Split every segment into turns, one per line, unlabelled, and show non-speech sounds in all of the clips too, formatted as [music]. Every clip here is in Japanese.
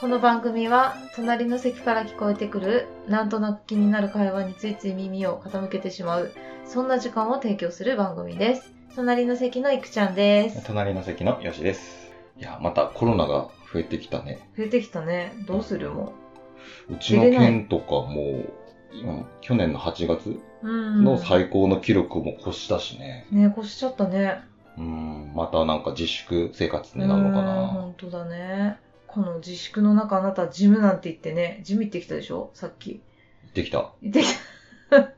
この番組は隣の席から聞こえてくるなんとなく気になる会話についつい耳を傾けてしまうそんな時間を提供する番組です隣の席のいくちゃんです
隣の席のよしです。いや、またコロナが増えてきたね。
増えてきたねどうするも
うちの
出れない
県とかもう、うん去年の8月
ううん
の最高の記録も越したしね。
ね越しちゃったね
うん、またなんか自粛生活
う
に
ん
なるのかな。
本当だねこの自粛の中あなたジムなんて言ってねジム行ってきたでしょさっき
できた。
行ってき
うん
た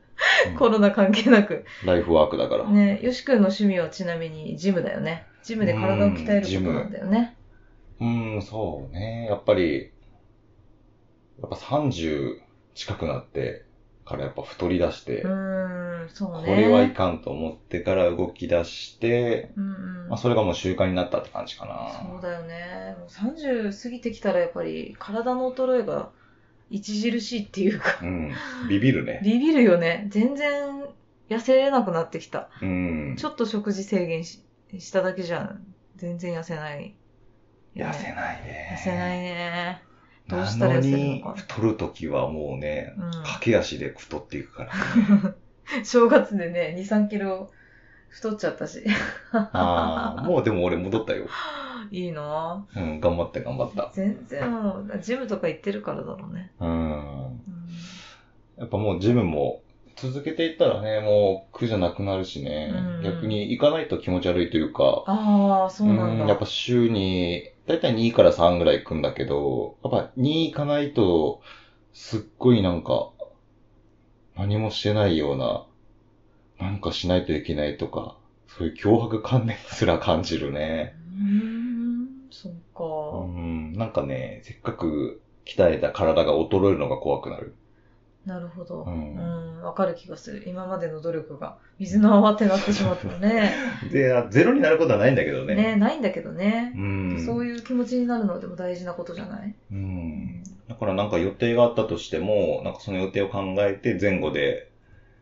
コロナ関係なく
ライフワークだから。
ねよしくんの趣味はちなみにジムだよねジムで体を鍛えることなんだよね
うん、そうね。やっぱり、やっぱ30近くなってからやっぱ太り出して、
うーんそう
こ
ね
れはいかんと思ってから動き出して、
うんうん
まあ、それがもう習慣になったって感じか
そう
な。
だよね。もう30過ぎてきたらやっぱり体の衰えが著しいっていうか、
うん。ビビるね。
ビビるよね。全然痩せれなくなってきた。
うん。
ちょっと食事制限ししただけじゃん。全然痩せない、
痩せ
い。
ないね。
痩せないね。どう
な
したら
の
痩せるの
に
か、
太るときはもうね、
う
駆け足で太っていくから。
ん。 [laughs] 正月でね、2、3キロ太っちゃったし。 [laughs]
ああ、もうでも俺戻ったよ。
いいな
うん、頑張った頑張った。
全然もう、ジムとか行ってるからだろうね。
うん。
うん
やっぱもうジムも続けていったらね、もう苦じゃなくなるしね。
うん
逆に行かないと気持ち悪いというか、
ああ、そうなんだ。
やっぱ週に、だいたい2から3ぐらい行くんだけど、やっぱ2行かないと、すっごいなんか、何もしてないような、なんかしないといけないとか、そういう脅迫観念すら感じるね。
うーん、そっ
う
か。
ん、なんかね、せっかく鍛えた体が衰えるのが怖くなる。
なるほど。
う
うんん、わかる気がする。今までの努力が水の泡ってなってしまったのね。
で、あゼロになることはないんだけ [laughs] どね。
ね、ないんだけどね
う。ん。
そういう気持ちになるのでも大事なことじゃない
うん。だからなんか予定があったとしても、なんかその予定を考えて前後で、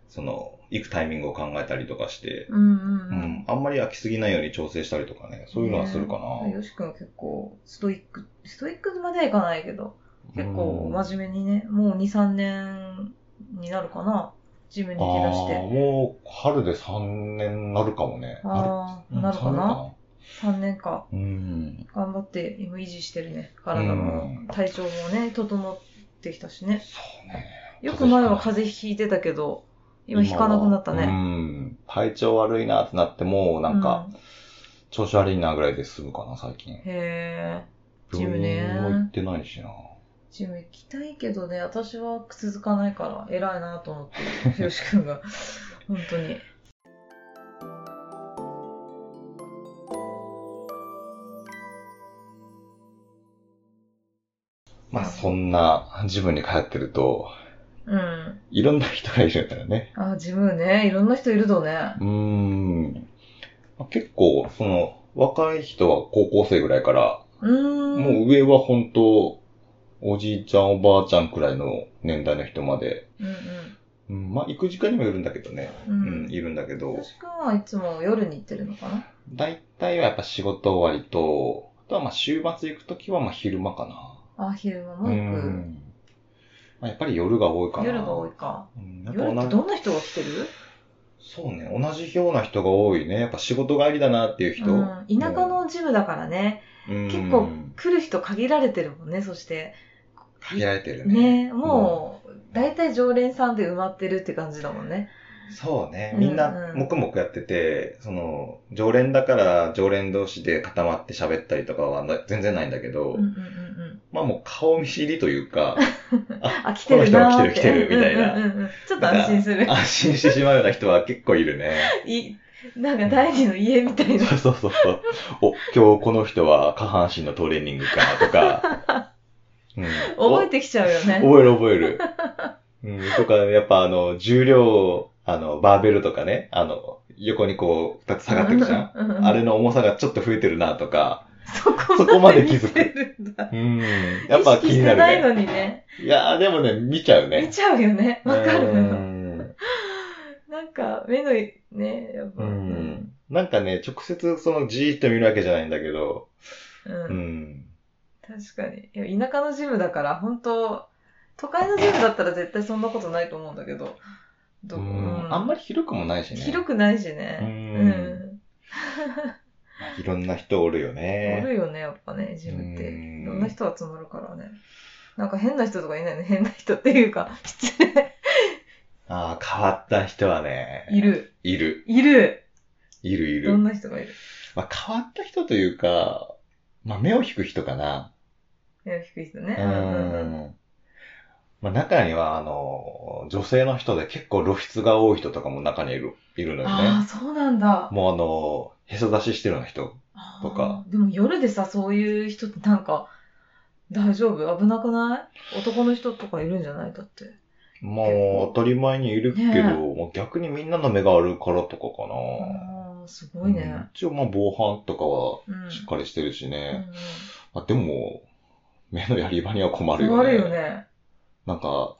その、行くタイミングを考えたりとかして、
うんう
うん
うん
ん。あんまり飽きすぎないように調整したりとかね、そういうのはするか
ね
な。
よし君は結構ストイック、ストイックまではいかないけど、結構真面目にね、もう2、3年になるかな。ジムに行き出し
あー
て。
もう春で3年なるかもね。な
ああ、なるか
うん
な。3年か。
三年か
頑張って今維持してるね体も
うん
体調もね整ってきたしね
な。そうね。
よく前は風邪ひいてたけど今ひかなくなった
う
ね
ん。体調悪いなってなっても、なんか、
う
調子悪いなぐらいで済むかな、最近。
へえジムね
病院も行ってないしな。
ジム行きたいけどね私は続かないから偉いなと思ってよし君
[laughs]
が本当に
まあそんなジムに通ってると、
うん
いろんな人がいるんだよね。
あジムねいろんな人いるとね
うーん。まあ結構、その、若い人は高校生ぐらいから、
うーん
もう上は本当、おじいちゃんおばあちゃんくらいの年代の人まで、
うん
うん、まあ行く時間にもよるんだけどね。
うん
う
うん
ん、いるんだけ
よ
ど、
し君はいつも夜に行ってるのかな
大体はやっぱ仕事終わりと、あとはまあ週末行く時はまあ昼間かな。
あ昼間も
う
行く
ん。まあ、やっぱり夜が多いかな。
夜が多いか
うん。やっぱ
夜って
同じ
どんな人が来てる
そうね、同じような人が多いね。やっぱ仕事帰りだなっていう人。
うん、田舎のジムだからね、
うん
結構来る人限られてるもんね、そして。
限られてるね。
ね、もう、大体常連さんで埋まってるって感じだもんね。
そうね
う。ん
みんな、黙々やってて、その、常連だから、常連同士で固まって喋ったりとかはな全然ないんだけど、
うんうんうんうん。
まあもう顔見知りというか、 [laughs]
あ、来てるなーって。
この人が来てる来てるみたいな
うんうんうんうんちょっと安心す
なん
る
か。安心してしまうような人は結構いるね。
いなんか第二の家みたいな。
[laughs] そうそうそうそう。お、今日この人は下半身のトレーニングか、とか。
[laughs]
うん
覚えてきちゃうよね。
覚える覚える。 [laughs] うん、とか、やっぱあの、重量、あの、バーベルとかね、あの、横にこう、二つ下がってるじゃん。
うん。うん
あれの重さがちょっと増えてるなとか、
そこ
そこまで気づ
見 [laughs] て
く。
るんだ。
うん、やっぱ気
意
にな
識してない
るね。
のにね。
いやーでもね、見ちゃう
見
ね。
ちゃうよね。わか
う
る。
ん
目のい、ね、やっぱ。
うん。なんかね、直接そのじーっと見るわけじゃないんだけど、
うん。
うん。
確かに。いや、田舎のジムだから、本当都会のジムだったら絶対そんなことないと思うんだけど。ど
うんあんま
り、
り広くもないしね。
広くないしね。
うん
うん
いろんな人おるよね。
おるよね、やっぱね、ジムって。
う
い
ん
ろんな人集まるからね。なんか変な人とかいないね。変な人っていうか、失礼。
ああ、変わった人はね、
いる。
いる。
いる。
いるい
どん
る。
な人がいる。
まあ、変わった人というか、まあ、目を引く人かな。
目を低い人ね。
う
うんうんうん
ん。まあ、中には、あの、女性の人で結構露出が多い人とかも中にいる、いるのよ
あ
ね。
あ、そうなんだ。
もうあの、へそ出ししてるような人。とか
あー。でも夜でさ、そういう人ってなんか、大丈夫危なくない男の人とかいるんじゃないだって。
もう当たり前にいるけど、
ねえ
もう逆にみんなの目があるからとかかな。
ああ、すごい
うん
ね。
一応まあ防犯とか
うん。
はしっかりしてるし
うん
ね。
うん
まあでも、目のやり場には困るよね。
困るよね。
なんか、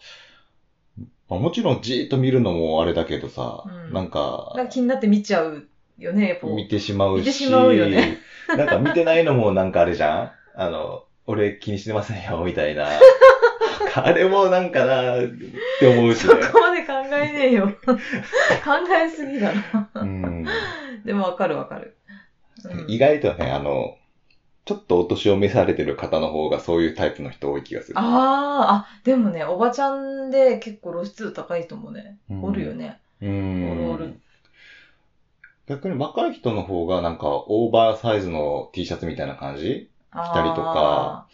まあ、もちろんじーっと見るのもあれだけどさ、
うん
なんか
なんか気になって見ちゃうよね、やっぱ。
見てしまうし、
見てしまうよね
なんか見てないのもなんかあれじゃん [laughs] あの、俺気にしてませんよ、みた
[laughs]
いな。あれもなんかなって思うし
そ
ね
こ。まで考えねえよ。 [laughs] 考えすぎだな。
うん
でもわかるわかる。うん
意外とね、あの、ちょっとお年を召されてる方の方がそういうタイプの人多い気がする。
あーあ、でもね、おばちゃんで結構露出度高い人もね、
うん
おるよね。
う
おるおる
ん。逆に若い人の方がなんかオーバーサイズの T シャツみたいな感じ
あー
たりとか。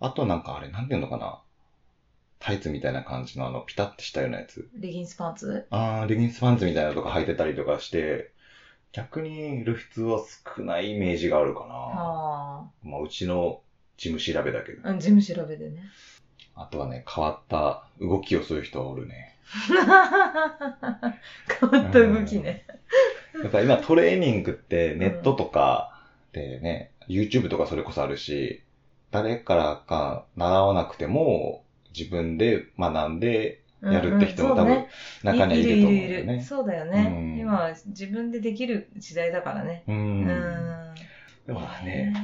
あとなんかあれ、なんていうのかなタイツみたいな感じのあの、ピタッてしたようなやつ。
レギンスパンツ
あー、レギンスパンツみたいなのとか履いてたりとかして、逆に露出は少ないイメージがあるかな。
あ
まあ、うちの事務調べだけど。
あ。うん、事務調べで
[laughs]
ね。
あとはね、変わった動きをする人はおるね。
変わった動きね。
やっぱ今トレーニングってネットとかでね、YouTube とかそれこそあるし、誰からか習わなくても自分で学んで
うん
やるって人も多分中にはいると思うんだ
い
よ
るいるいる
ね。
そうだよね。
うん
今は自分でできる時代だからね。
う。
うんん。
でもね、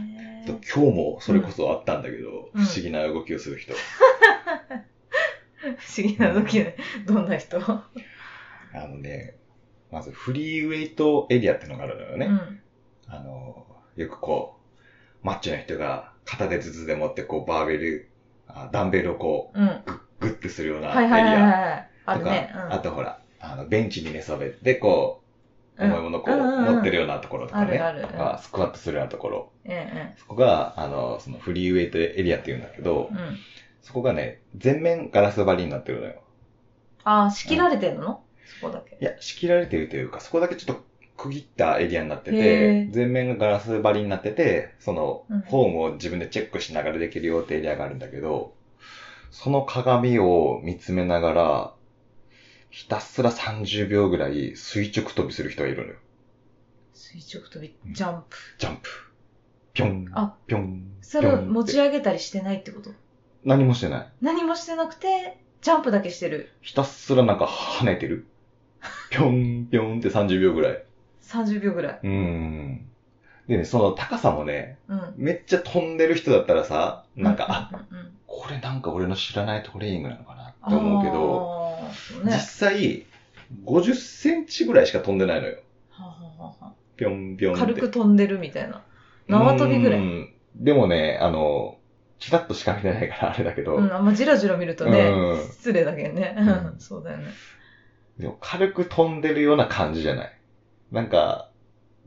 へー [laughs]
今日もそれこそあったんだけど、
うん
不思議な動きをする人。
不思議な動きね。どんな人
あのね、まずフリーウェイトエリアってのがあるのよね。
うん
あの、よくこう、マッチョな人が片手ずつでもってこうバーベル、あダンベルをこう、
うん。
グッてするような
は
エ
い
リ
はいはい
ア
はい。あ
と
る
か、
ね。うん
あとほら、あの、ベンチに寝そべって、
う
こう、
ん
重いものこう、
うんうんうん
持ってるようなところとかね、
あるある
とかスクワットするようなところ、
え
そこが、あの、そのフリーウェイトエリアっていうんだけど
え、、うん。
そこがね、全面ガラス張りになってるのよ。
ああ、仕切られてんのそこだけ。
いや、仕切られてるというか、そこだけちょっと区切ったエリアになって
へ
て
ー、
全面がガラス張りになってて、その
うん、
フォームを自分でチェックしながらできるよってエリアがあるんだけど、その鏡を見つめながら、ひたすら30秒ぐらい垂直跳びする人がいるのよ。
垂直跳び、ジャンプ。
ジャンプ。ぴょん
あ。
ぴょん。
それ
ぴ
を
ょんって
持ち上げたりしてないってこと
何もしてない。
何もしてなくて、ジャンプだけしてる。
ひたすらなんか跳ねてる。ぴょんぴょんって30秒ぐらい。
30秒ぐらい。
うーん。でね、その高さもね、
うん。
めっちゃ飛んでる人だったらさ、なんか、あ、
うんうんうん、
これなんか俺の知らないトレーニングなのかなって思うけど、
あー、そう
実
ね。
際、50センチぐらいしか飛んでないのよ。
はははは
ぴょんぴょんって。
軽く飛んでるみたいな。縄跳びぐらい
うんでもね、あの、チラッとしか見れないからあれだけど、
うん、あんまじらじら見るとね、
うん
失礼だけどね。
うん
[laughs] そうだよね。
でも軽く飛んでるような感じじゃない。なんか、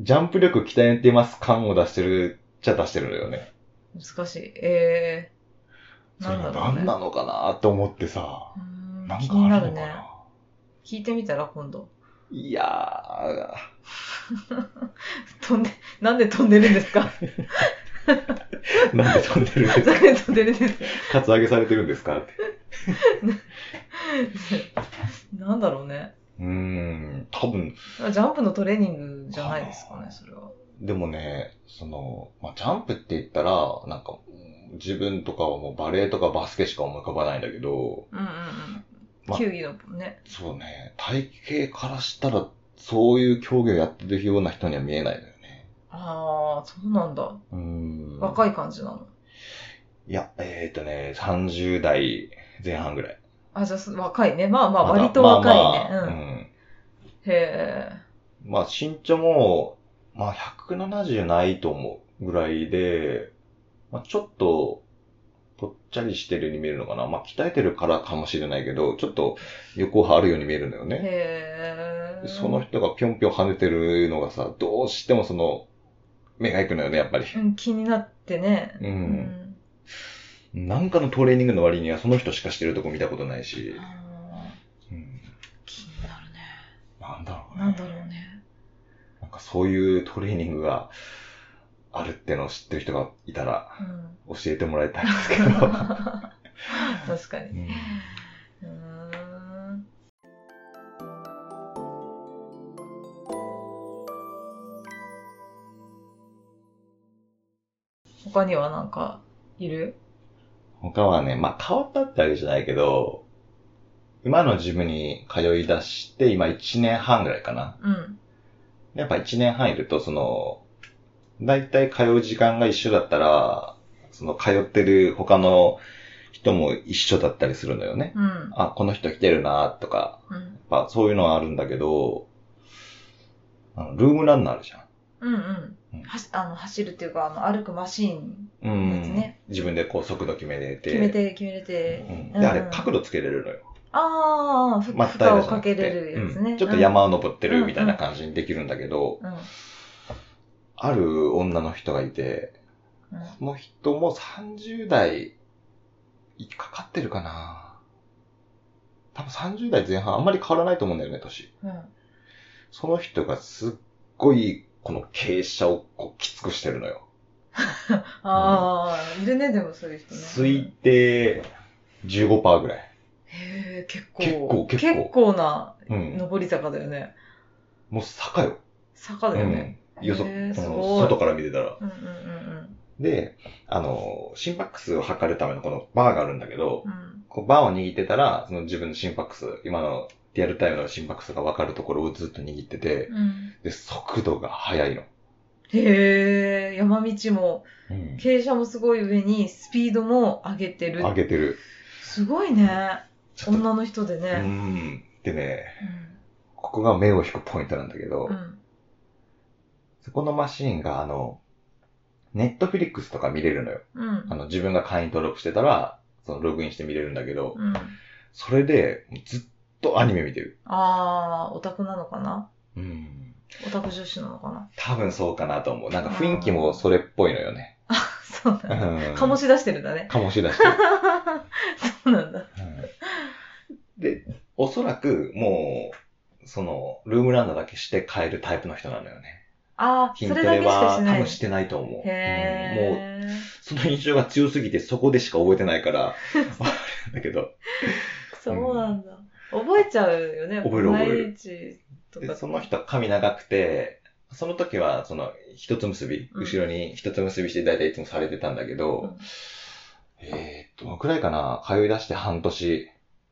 ジャンプ力鍛えてます感を出してるっちゃ出してるのよね。
難しい。えー、
それ
なんだ
が
ろうね。
何なのかなと思ってさ、
うーん
なん
気
か
に
あ
な
る
る
の
ね。
かな。
聞いてみたら今度。
いやー、
飛んで、 [laughs] なんで飛んでるんです
[laughs]
か
なんで飛んでるんですか
なんで飛んでるんですか
カツアゲされてるんですかって。
なんだろうね。
うーん、多分。
あジャンプのトレーニングじゃないですかね、それは。
でもね、その、まあ、ジャンプって言ったら、なんか、うん自分とかはもうバレエとかバスケしか思い浮かばないんだけど、
うんうんうん。
ま
球技のね。
そうね、体型からしたらそういう競技をやってるような人には見えないのよね。
ああ、そうなんだ。
うーん。
若い感じなの。
いや、えっ、とね、30代前半ぐらい。
あ、じゃあす若いね。まあまあ、
まだ
割と若い
まあまあう
ね。うん。
ん。
へえ。
まあ身長も、まあ170ないと思うぐらいで、まあちょっと、ぽっちゃりしてるように見えるのかな。まあ鍛えてるからかもしれないけど、ちょっと横を張るように見えるんだよね。
へえ。
その人がぴょんぴょん跳ねてるのがさ、どうしてもその、目が行くのよね、やっぱり。
うん、気になってね。
う。
うんん。
なんかのトレーニングの割にはその人しかしてるとこ見たことないし。
あ
うん。
ー気になるね。
なんだろうね。
なんだろうね。
なんかそういうトレーニングがあるってのを知ってる人がいたら
うん。
教えてもらいたいんですけど。
確か
う
に。
ん
うーん。他にはなんかいる
他はね、まあ変わったってわけじゃないけど、今のジムに通い出して今1年半ぐらいかな。
うん。
でやっぱ1年半いると、その、だいたい通う時間が一緒だったら、その通ってる他の人も一緒だったりするのよね。
うん。
あ、この人来てるなとか、
うん。
やっぱそういうのはあるんだけど、あのルームランナーあるじゃん。
うん
う
うんん。はしあの走るっていうか、あの歩くマシーン
うん
ですね
自分でこう速度決めれて。
決めて、決めれ
う
て。
ん、
うん
で、あれ角度つけれるのよ。
ああ、ふ負
真っ平
荷
ら
を
じゃな
か
くて
けれるやつ
う
ね。
んちょっと山を登ってるみたいな感じにできるんだけど、
うん。うん。
ある女の人がいて、
うん
この人も30代、かかってるかな多分30代前半あんまり変わらないと思うんだよね、年。
うん。
その人がすっごい、この傾斜をこうきつくしてるのよ。
ああ、いるね、でもそういう人ね。
推定15%ぐらい。
へえ、結構。
結構結構
な
うん。
上り坂だよね。
もう坂よ。
坂だ
う
よね。
ん。よそ、
へ
うん
ーすごい
外から見てたら。
うんうんうん
で、あの、心拍数を測るためのこのバーがあるんだけど
う、ん。
こうバーを握ってたら、その自分の心拍数、今のリアルタイムの心拍数が分かるところをずっと握ってて、
うん。うん。
で、速度が速いの。
へえ、山道も、
うん。
傾斜もすごい上に、スピードも上げてる。
上げてる。
すごいね。
ちょっと、
女の人で
う
ね。
ん。でね、ここが目を引くポイントなんだけど、
うん。うん。
そこのマシーンが、あの、ネットフリックスとか見れるのよ。
うん
あ。の、自分が会員登録してたら、そのログインして見れるんだけど、
うん。
それで、ずっとアニメ見てる。
ああ、オタクなのかな
うん。
オタク女子なのかな [laughs]
多分そうかなと思う。なんか雰囲気もそれっぽいのよね。
そうなんだ。
うん
醸し出してるんだね。
かもし出してる。
そうなんだ。
うんで、おそらくもう、その、ルームランナーだけして帰るタイプの人なのよね。
ああ、そ
筋ト
れだけ
レ
しか
は
し
多
ない。
分してないと思う。うんもう、
へえ。
その印象が強すぎてそこでしか覚えてない
[laughs]
から、あれだけど。
そうなんだ。覚えちゃうよね。
覚える覚える
毎日と
で
か。
その人は髪長くて、その時は、その、一つ結び、
うん
後ろに一つ結びして大体いつもされてたんだけど、えー、どのくらいかな、通い出して半年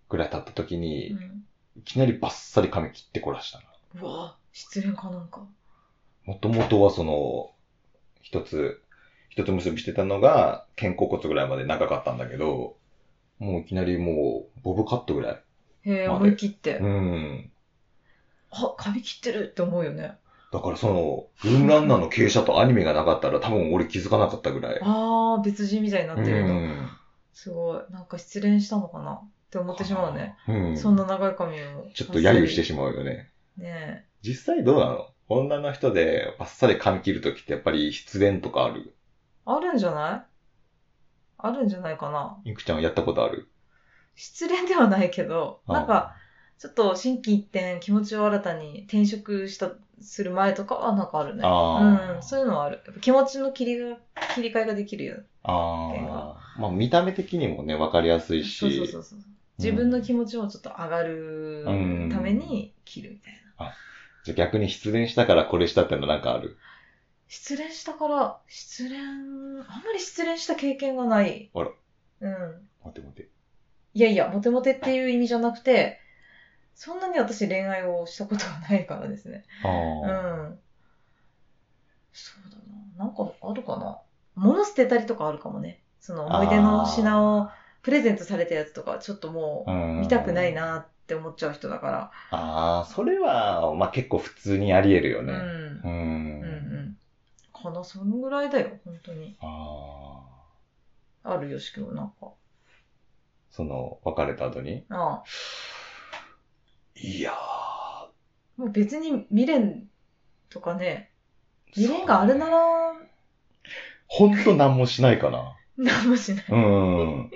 くらい経った時
う
に、
ん
いきなりバッサリ髪切ってこらしたの。
うわ失恋かなんか。
もともとはその、一つ、一つ結びしてたのが、肩甲骨ぐらいまで長かったんだけど、もういきなりもう、ボブカットぐらい。
へえ、
まあ
思い切って
う。ん。
あ、髪切ってるって思うよね。
だからその、ルームランナーの傾斜とアニメがなかったら多分俺気づかなかったぐらい。
ああ、別人みたいになってるの。
ん。
すごい。なんか失恋したのかなって思ってしまうね。
うん。
そんな長い髪を。
ちょっと揶揄して
し
しまうよね。
まう。ね
実際どうなの女の人でバッサリ髪切るときってやっぱり失恋とかあ
え。
る
あるんじゃないあるんじゃないかな。
ゆくちゃんはやったことある
失恋ではないけど、なんか、、
あ
ちょっと心機一転、気持ちを新たに転職した、する前とかはなんかあるね。
あー
うん、そういうのはある。やっぱ気持ちの切りが切り替えができるよ。件
あ
は
あ。まあ見た目的にもね、わかりやすいし。
そうそうそうそう。自分の気持ちもちょっと上がるために切るみたいな。
じゃあ逆に失恋したからこれしたってのなんかある
失恋したから、失恋、あんまり失恋した経験がない。
あら
うん。
待って待って。
いやいや、モテモテっていう意味じゃなくて、そんなに私恋愛をしたことがないからですね。
あ
う
あ、
ん。そうだな。なんかあるかな。物捨てたりとかあるかもね。その思い出の品をプレゼントされたやつとか、ちょっとも
うん
う見たくない。なって思っちゃう人だから。
ああ、それは、まあ結構普通にあり得るよ
う
ね。
ん。う
う。
んんうん。かな、そのぐらいだよ、本当に。
ああ、
あるよ、しきもなんか。
その、別れた後に
ああ。
いや
もう別に未練とかね、
ー。
未練があるな
ら。
ら、
ほんと何もしないかな。
なんもしない。
うん。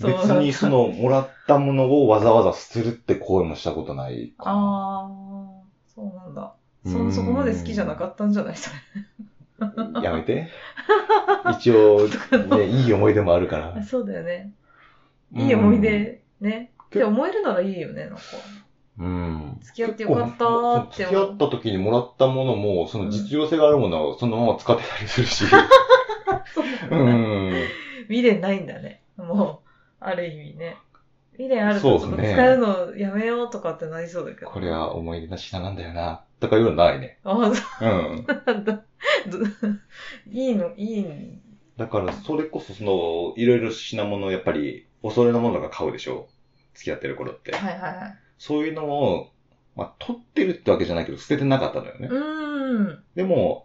そう
別にその、もらったものをわざわざ捨てるって行為もしたことないかな。
ああ、そうなんだ。
う
そ、
ん
そこまで好きじゃなかったんじゃないそれ。
やめて。一応、
[laughs]
ね、いい思い出もあるか
あ
ら。
そうだよね。 [laughs] いい思い出、ね。って思えるならいいよね、なんか。
うん。
付き合ってよかったーって
結構付き合った時にもらったものも、その実用性があるものはそのまま使ってたりする
[laughs]
し。
そうなん
う
だ
ん。
未練ないんだね。もう、ある意味ね。未練ある
そう
とちょ
です
っ
ね
と使うのやめようとかってなりそうだけど。
これは思い出の品なんだよな。とかいうのはないね。
ああ、そ
うん。
うなんだ。どいいの、いいん
だから、それこそその、いろいろ品物、やっぱり、恐れのものが買うでしょ。付き合ってる頃って。
はいはいはい。
そういうのを、まあ、取ってるってわけじゃないけど、捨ててなかったのよね。
うーん。
でも、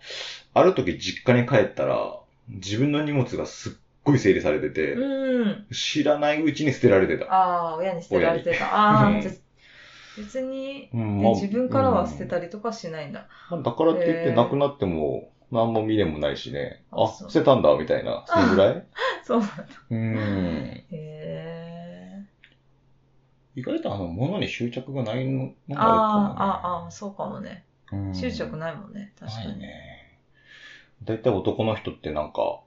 ある時実家に帰ったら、自分の荷物がすっごい整理されてて、
うーん。
知らないうちに捨てられてた。
ああ、親に捨てられてた。あ
う
あ
ん、
じゃ別に、
うん
ね自分からは捨て
り、
たりとかしないんだ。
うんまあだからって言って
へー
なくなっても、何も未練もないしね。
あ
あ、
そ
捨
う
てたんだ、みたいな。そのぐらい
[laughs] そう。
うん。
へえ。
意外とあの、物に執着がないの
あー
の
あー、
が
あ
あ
あ、そうかもね。
るかもね、うん
執着ないもんね。確か
ない
に。
ね。だいたい男の人ってなんか、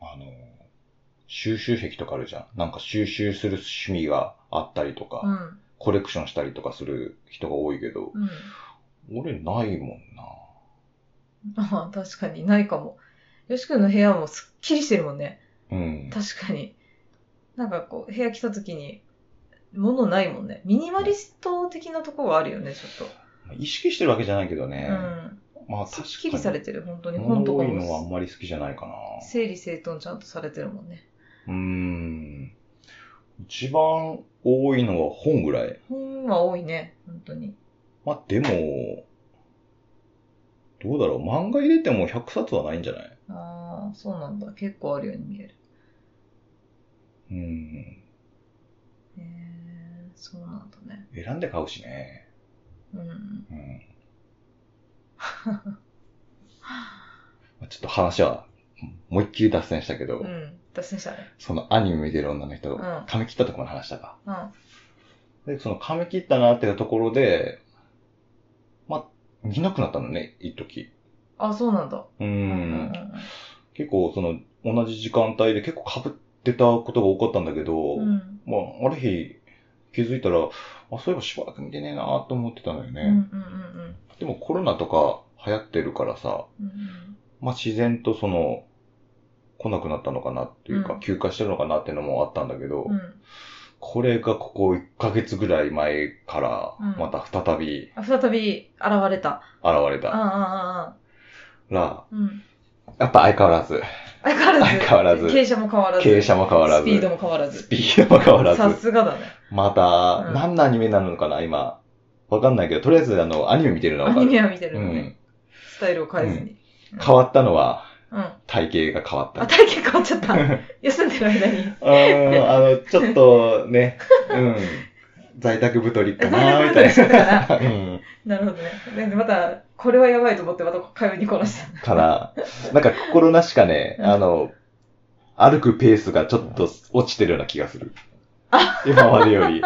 あの、収集癖とかあるじゃん。なんか収集する趣味があったりとか、
うん。
コレクションしたりとかする人が多いけど、
うん。 [laughs]
俺ないもんな。
ああ、確かにないかも。よしくんの部屋もすっきりしてるもんね。
うん。
確かに。なんかこう、部屋来た時に、物ないもんね。ミニマリスト的なとこがあるよね、ちょっ
意識してるわけじゃないけど
と。
ね。
うん。
まあ確
す
か
っ
に。
きりされてる、本当に。
物
本と
多
か
いのはあん
も。
まり好きじゃないかな。
整理整頓ちゃんとされてるもんね。
うーん。一番多いのは本ぐらい。
本は多いね、本当に。
まあでも、どうだろう。漫画入れても100冊はないんじゃない
ああ、そうなんだ。結構あるように見える。
うん。
へえ、そうなんだね。
選んで買うしね。
うん。 [laughs]
うん。まあちょっと話は、思いっきり脱線したけど、
うん。脱線したね。
そのアニメ見てる女の人、
うん
髪切ったところの話だか。
うん。
で、その髪切ったなってところで、まあ、見なくなったのね、一時。
あ、そうなんだ。
う
う
ー。
ん
結構、その、同じ時間帯で結構被ってたことが多かったんだけ
う
ど、
んうん。
まあ、ある日、気づいたら、あ、そういえばしばらく見てねえなと思ってたのよ
うんうんうん
ね。でもコロナとか流行ってるからさ、
うんうん
まあ自然とその、来なくなったのかなっていうか、
うん
休暇してるのかなっていうのもあったんだけど、
うんうん。
これがここ1ヶ月ぐらい前か
う
ら、
ん
また再び
あ再び現れた。
現れ
うんう
た
ん
ら、
うんうん。うん。
やっぱ相変わらず、
相変わらず。
相変わらず
傾斜も変わらず。
傾斜も変わらず、
スピードも変わらず。
スピードも変わら
さ
ず、
すがだね。
また、
うん
何のアニメなのかな、今。わかんないけど、とりあえずあの、アニメ見てるのは
ア
わか
ニ
る。
メは見てる
う
のね。
ん。
スタイルを変えずに。
変わったのは、
うん。あ、
体型が変わった。
体型変わっちゃ
[laughs]
った。休んでる間に。
うーん、あの、ちょっとね、うん、在宅太りか [laughs] な、みたい
な。
な、うん、
[laughs] なるほどね。なんでまた、これはやばいと思ってまた通いにこなした。
から、なんか心なしかね、あの、歩くペースがちょっと落ちてるような気がする。今までよ [laughs] り。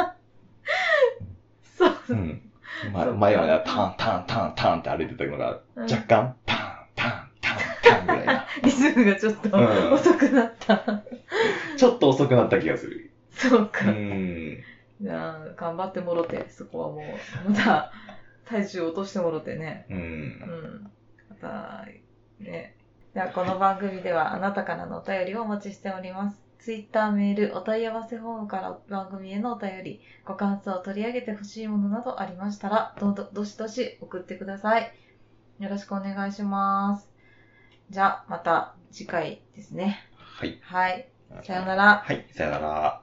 そう。
うん。ま
そう
前はね、タンタンタンタンって歩いてたのが、
うん
若干、タンタンタンタンぐらい [laughs] な。
リズムがちょっ
うん
と遅くなった。
ちょっと遅くなった気がする。
そう
う
か。
ん。
なあ頑張ってもろて、そこはもう、また、体重落としてもろてね。
う。
うんん。また、ね。では、この番組ではあなたからのお便りをお待ちしております。ツイッター、メール、お問い合わせフォームから番組へのお便り、ご感想を取り上げてほしいものなどありましたら、どんど、どしどし送ってください。よろしくお願いします。じゃあ、また次回ですね。
はい。
はい。さようなら。
はい、さよなら。